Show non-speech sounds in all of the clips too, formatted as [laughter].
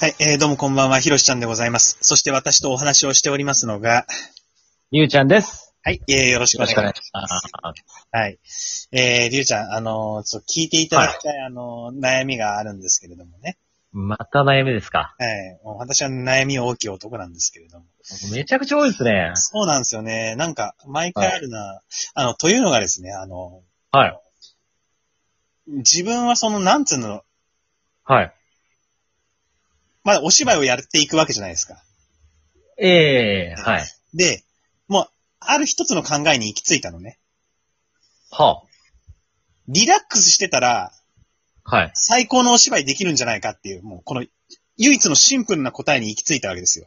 はい、えー、どうもこんばんは、ひろしちゃんでございます。そして私とお話をしておりますのが、りゅうちゃんです。はい、えー、よろしくお願いします。いします。はい。えー、りゅうちゃん、あのーちょっと聞いていただきたい、あのー悩みがあるんですけれどもね。また悩みですか。はい。もう私は悩み大きい男なんですけれども。めちゃくちゃ多いですね。そうなんですよね。なんか、毎回あるな、あの、というのがですね、あの、はい。自分はその、なんつうの、はい。まだお芝居をやっていくわけじゃないですか。ええはい。で、もう、ある一つの考えに行き着いたのね。はリラックスしてたら、あ。はい。最高のお芝居できるんじゃないかっていう、もうこの唯一のシンプルな答えに行き着いたわけですよ。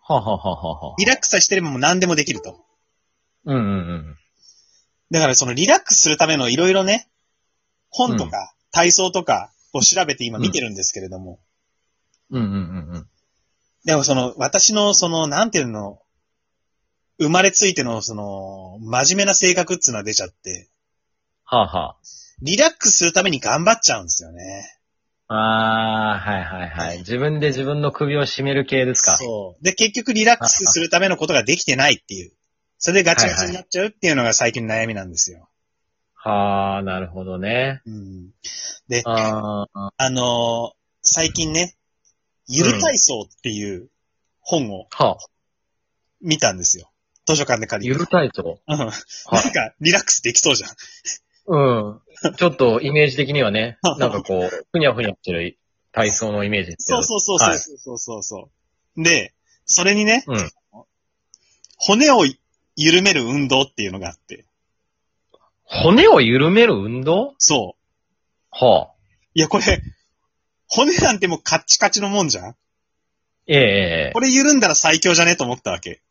はあ、はあはあはあはあリラックスさえしてればもう何でもできると。うんうんうん。だからそのリラックスするためのいろいろね、本とか体操とかを調べて今見てるんですけれども、うんうんうんうん。でもその私のそのなんていうの、生まれついてのその真面目な性格っていうのは出ちゃって、はあ、はリラックスするために頑張っちゃうんですよね。あ。ああ、はいはいはい。自分で自分の首を絞める系ですか。そう。で、結局リラックスするためのことができてないっていう。それでガチガチになっちゃうっていうのが最近の悩みなんですよ。はあ、なるほどね。うん。で、あああ、のー最近ね、ゆる体操っていう本をはあ。見たんですよ。図書館で借りゆてる。体操。うん。なんはい。か、リラックスできそうじゃん。うん。ちょっとイメージ的にはね、なんかこう、ふにゃふにゃしてる体操のイメージですけそど。うそうそうそうそうそうそう。で、それにね、う。うん。骨を緩める運動っていうのがあって。骨を緩める運動そう。はあ。いや、これ、骨なんてもうカッチカチのもんじゃんええええこれ緩んだら最強じゃねと思ったわ [laughs] け。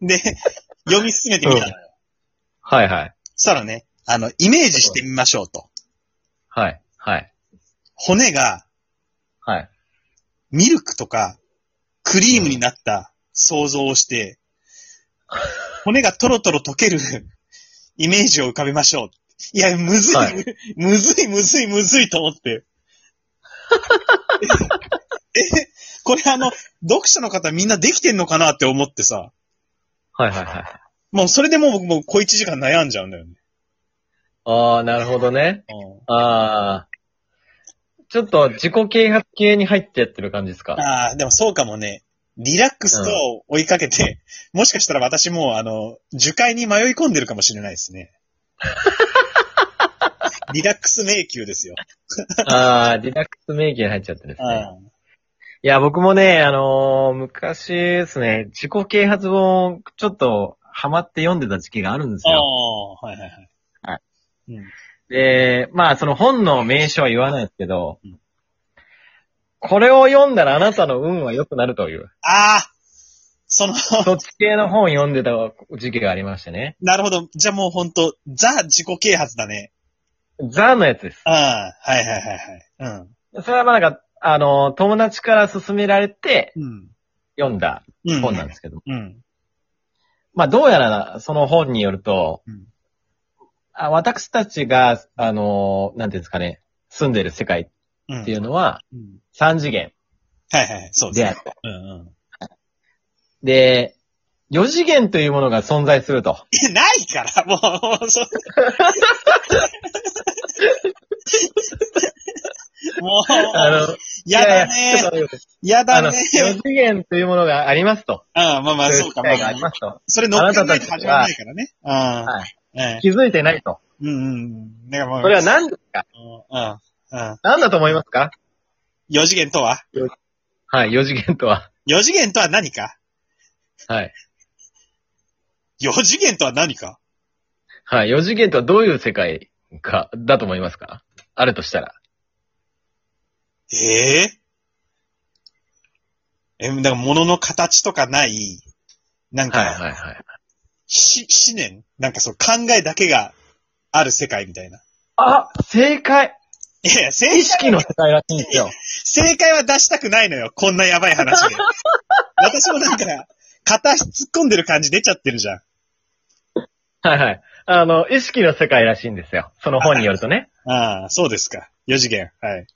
で、読み進めてみたのよ。はいはい。そしたらね、あの、イメージしてみましょうと。はい。はい。骨がはい。ミルクとかクリームになった想像をして、骨がトロトロ溶ける [laughs] イメージを浮かべましょう。いや、むずい、はむずい、むずい、むずいと思って。え、えこれあの、読者の方みんなできてんのかなって思ってさ、はいはいはい。もうそれでもう僕もう小一時間悩んじゃうんだよね。ああ、なるほどね。ああ。ちょっと自己啓発系に入ってやってる感じですか。ああ、でもそうかもね。リラックスとは追いかけて、もしかしたら私もう、あの、樹海に迷い込んでるかもしれないです [laughs] ね。リラックス迷宮ですよ。ああ、リラックス名義に入っちゃってるんですね。うんいや、僕もね、あのー昔ですね、自己啓発本をちょっとハマって読んでた時期があるんですあよ。あ、はいはいはい。はいうん。で、まあその本の名称は言わないですけどうん、これを読んだらあなたの運は良くなるという、ああその、 [laughs] [laughs] そっち系の本を読んでた時期がありましてね。なるほど。じゃあもうほんと、ザ自己啓発だね。ザのやつです。ああ、はいはいはいはい。それはまあなんか、あの、友達から勧められてうん。読んだうん。本なんですけど、うん。まあどうやらその本によると、うんあ私たちが、あの、なんていうんですかね、住んでる世界うん。っていうののはうん。 3次元はいはいはい。そうですでね。あると。うんうん。で、4次元というものが存在すると。えないから、 [laughs] もう、もうそんなもあう、の、やだいやいやちょねっ。とやあだの、ね。 4次元というものがありますと。あまあまあ、そうか、いまあう機会がありまあ。ますと。それ乗っけないと始まらないからね。あはあ。ええ気づいてないと。うんうん。だからもう、それは何ですかうんうん。うん。何だと思いますか4次元とははい、4次元とは。 ?4 次元とは何かはい。 ?4 次元とは何かはい。四次元とはどういう世界か、だと思いますかあるとしたら。えええ、だから物の形とかない、なんか、はいはいはい。し、思念なんかそう、考えだけがある世界みたいな。あ正解いやいや、正意識の世界らしいんですよ。正解は出したくないのよ。こんなやばい話で。私もなんか、片足突っ込んでる感じ出ちゃってるじゃん。はいはい。あの、意識の世界らしいんですよ。その本によるとね。ああ、そうですか。4次元。はい。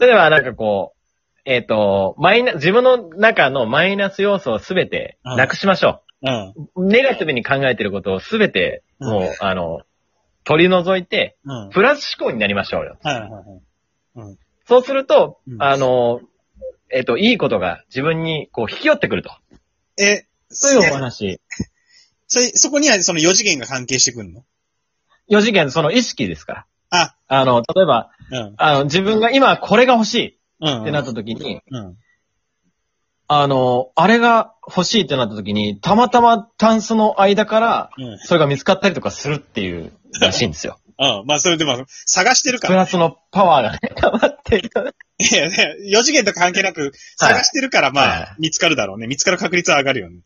例えばなんかこう、えっ、と、マイナ、自分の中のマイナス要素をすべてなくしましょうん。う。ネガティブに考えてることをすべて、もう、あの、取り除いて、うん。プラス思考になりましょうよ。はいはいはい。そうすると、うんあの、えっ、と、いいことが自分にこう引き寄ってくると。え、そういうお話。それ、そこにはその4次元が関係してくんの4次元、その意識ですから。あ、あの、例えば、うん。あの、自分が今これが欲しうん。いってなった時に、うん。あの、あれが欲しいってなった時に、たまたまタンスの間から、うん。それが見つかったりとかするっていうらしいんですよ。うん。まあ、それでも、探してるかプら。ラスのパワーがね、 [laughs] 溜まってる。いやいや、4次元と関係なく、探してるから、まあ、は見つかるだろうね。見つかる確率は上がる [laughs] よね。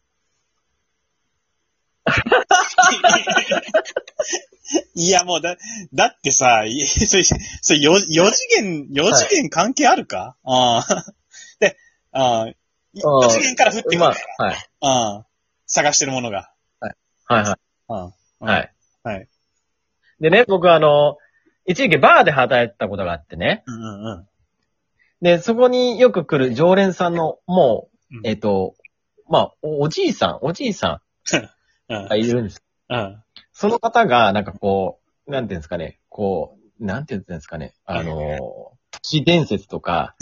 いや、もうだ、だってさ、いそれ、それ、4, 四次元、4次元関係あるか、ああ。で、ああ、4次元から降ってくるまあか、はい。ら、ああ、探してるものが。はいはあい。はい。はい。でね、僕あの、一時期バーで働いてたことがあってね。うんうんうん。で、そこによく来る常連さんの、もうう、んえっ、と、まあ、おおじいさん、おじいさうんんがいるんです。うん。その方が、なんかこう、なんていうんですかね、こう、なんていうんですかね、あの、都市伝説 [laughs] とか、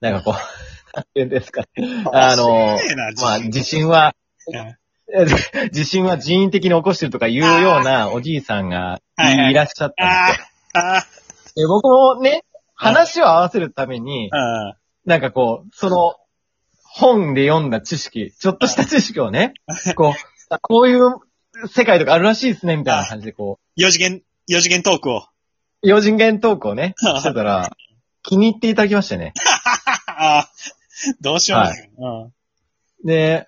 なんかこう、なんていうんですかね、あの、面白いなまあ、地震は、 [laughs] 地震は人為的に起こしてるとかいうようなおじいさんがはいはいいらっしゃったんあですあ、あよ。で僕もね、話を合わせるために、あ、なんかこう、その、本で読んだ知識、ちょっとした知識をね、こう、あこういう世界とかあるらしいですね、みたいな感じでこうん。4次元、4次元トークを。う、用人間トークをね、してたら、気に入っていただきましてね。ああ、どうしようもない。うんで、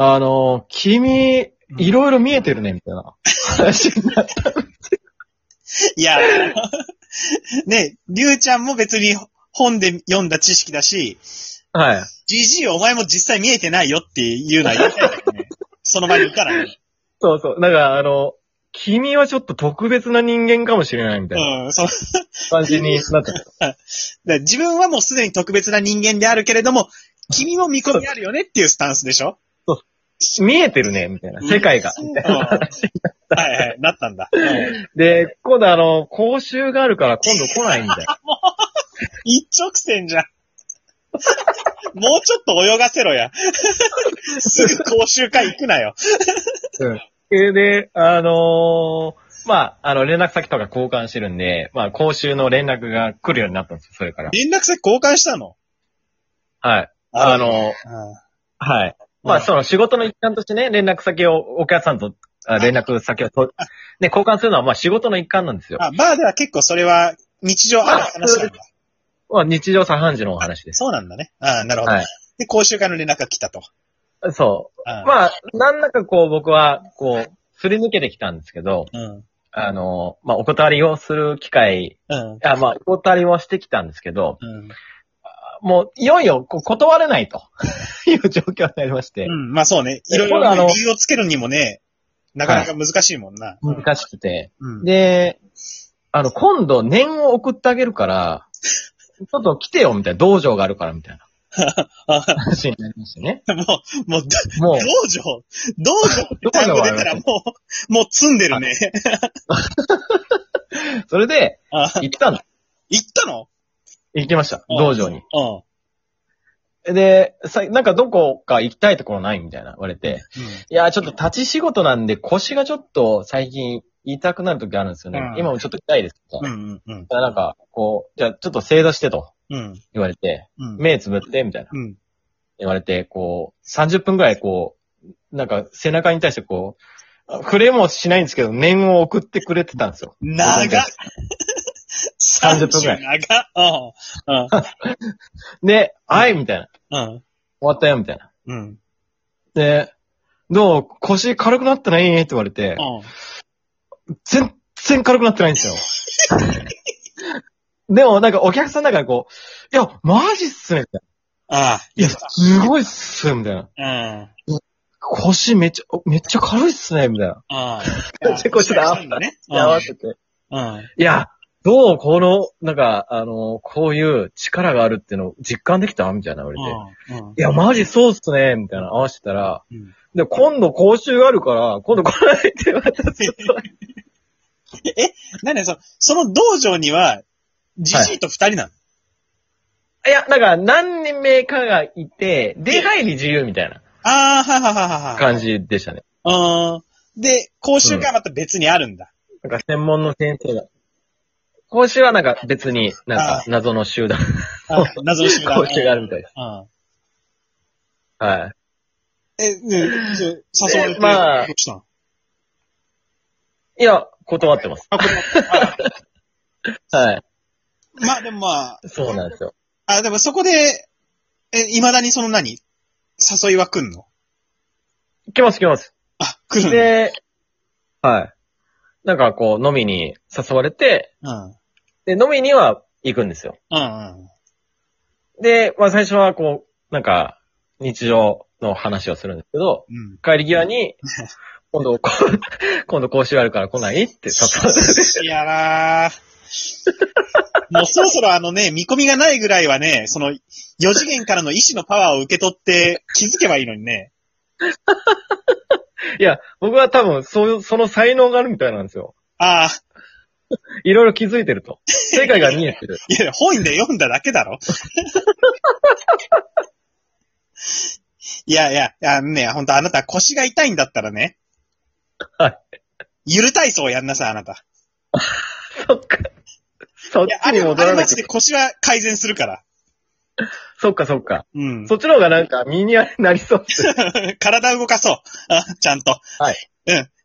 あの、君、うんいろいろ見えてるね、みた [laughs] いな話になって。いや、ね、りゅうちゃんも別に本で読んだ知識だし、はい。じじいお前も実際見えてないよっていうのは言いたいから [laughs] ね。その場にいたらね。そうそう。なんか、あの、君はちょっと特別な人間かもしれないみたいなうん、そう。感じになってた。だ自分はもうすでに特別な人間であるけれども、君も見込みあるよねっていうスタンスでしょ見えてるね、みたいな。世界が。うんはいはい、なったんだ。うんで、今度あの、講習があるから今度来ないみたいな。一直線じゃん。もうちょっと泳がせろ [laughs] や。すぐ講習会行くなよ。うん。それで、あのーまあ、あの、連絡先とか交換してるんで、まあ、講習の連絡が来るようになったんですよ、それから。連絡先交換したのはい。あ、のーうんはい。まあ、その仕事の一環としてね、連絡先を、お客さんと、あ連絡先をと、ね、交換するのは、まあ、仕事の一環なんですよ。あ、バーでは結構それは日常ある話なんだ。まあ、日常茶飯事のお話です。そうなんだね。あなるほど。はい。で、講習会の連絡が来たと。そう。あまあ、なんだかこう僕は、こう、すり抜けてきたんですけど、うん。あの、まあ、お断りをする機会、うん。あまあ、お断りをしてきたんですけど、うん。もう、いよいよ、こう、断れないと [laughs] いう状況になりましてう、ん。まあそうね。えいろいろ今度あの理由をつけるにもね、なかなか難しいもんな。うん難しくて。うん。で、あの、今度、念を送ってあげるから、ちょっと来てよ、みたいな、道場があるから、みたいなあ話になりまし [laughs] てね。もう、もう、どもう、道場道場って単語出たらもう、もう積んでるね。それで、あ行ったの。行ったの行きました、道場に。うん。で、さ、なんかどこか行きたいところないみたいな、言われて。いやー、ちょっと立ち仕事なんで腰がちょっと最近痛くなる時あるんですよね。うん今もちょっと痛いですみうたいな。ん。うん。うん。なんか、こう、じゃあちょっと正座してとうん。言われて、うん。目つぶって、みたいな。うん。言われて、こう、30分くらいこう、なんか背中に対してこう、触れもしないんですけど、念を送ってくれてたんですよ。長っ30分ぐらい [laughs] 長っうん。で、はい、みたいうな。ん。終わったよ、みたいな。うん。うん。で、どう腰軽くなったらいいねって言われて、うん。全然軽くなってないんですよ。 [laughs] でも、なんかお客さんだからこう、いや、マジっすね、みたいあな。いや、すごいっすね、みたいな。あ、うん。腰めっちゃ、おめっちゃ軽いっすね、みたいな。ああ。 [laughs] 結構ちょっとあうんだね。で合わせて。うん。いや、どうこの、なんか、あの、こういう力があるっていうのを実感できたみたいな、俺で。うん。うんいや、マジそうっすね、みたいな、合わせてたら、うんで、今度講習あるから、今度来ないってま [laughs] たちょっと、なんで、その、その道場には、じじいと二人なの、いや、なんか、何人目かがいて、出入り自由みたいなああ、はいはいはいはいはい。感じでしたね。うん。で、講習会はまた別にあるんだ。なんか、専門の先生が。講習はなんか別に、なんあか、謎の [laughs] 集団、あ謎の集団。講習があるみたいです。うん。はい。え、ね、そう誘われて、えまあどうしたのいや、断ってます。あこれあ [laughs] はい。まあでもまあ、そうなんですよ。あ、でもそこで、え、未だにその何誘いは来んの行きます、行きます。あ、来るんだ。で、はい。なんかこう、飲みに誘われて、うん。で、飲みには行くんですよ。うんうん。で、まあ最初はこう、なんか、日常の話をするんですけど、うん。帰り際 [laughs] に、今度こ、 [laughs] 今度講習あるから来ないって誘 [laughs] う。いやなー [laughs] もうそろそろあのね、見込みがないぐらいはね、その、4次元からの意志のパワーを受け取って気づけばいいのにね。いや、僕は多分、そういう、その才能があるみたいなんですよ。ああ、いろいろ気づいてると。世界が見えて [laughs] る。いや、本で読んだだけだろ。 [laughs] いやいや、あのね、本当あなた腰が痛いんだったらね。。はいゆる体操やんなさい、あなた。そっか。そっいや、ちあにれ、あ戻れらなマきジゃで。腰は改善するから。そっかそっか。うん。 [laughs] そっちの方がなんか身になりそうっす。体動かそう。あちゃんと。はい。うん。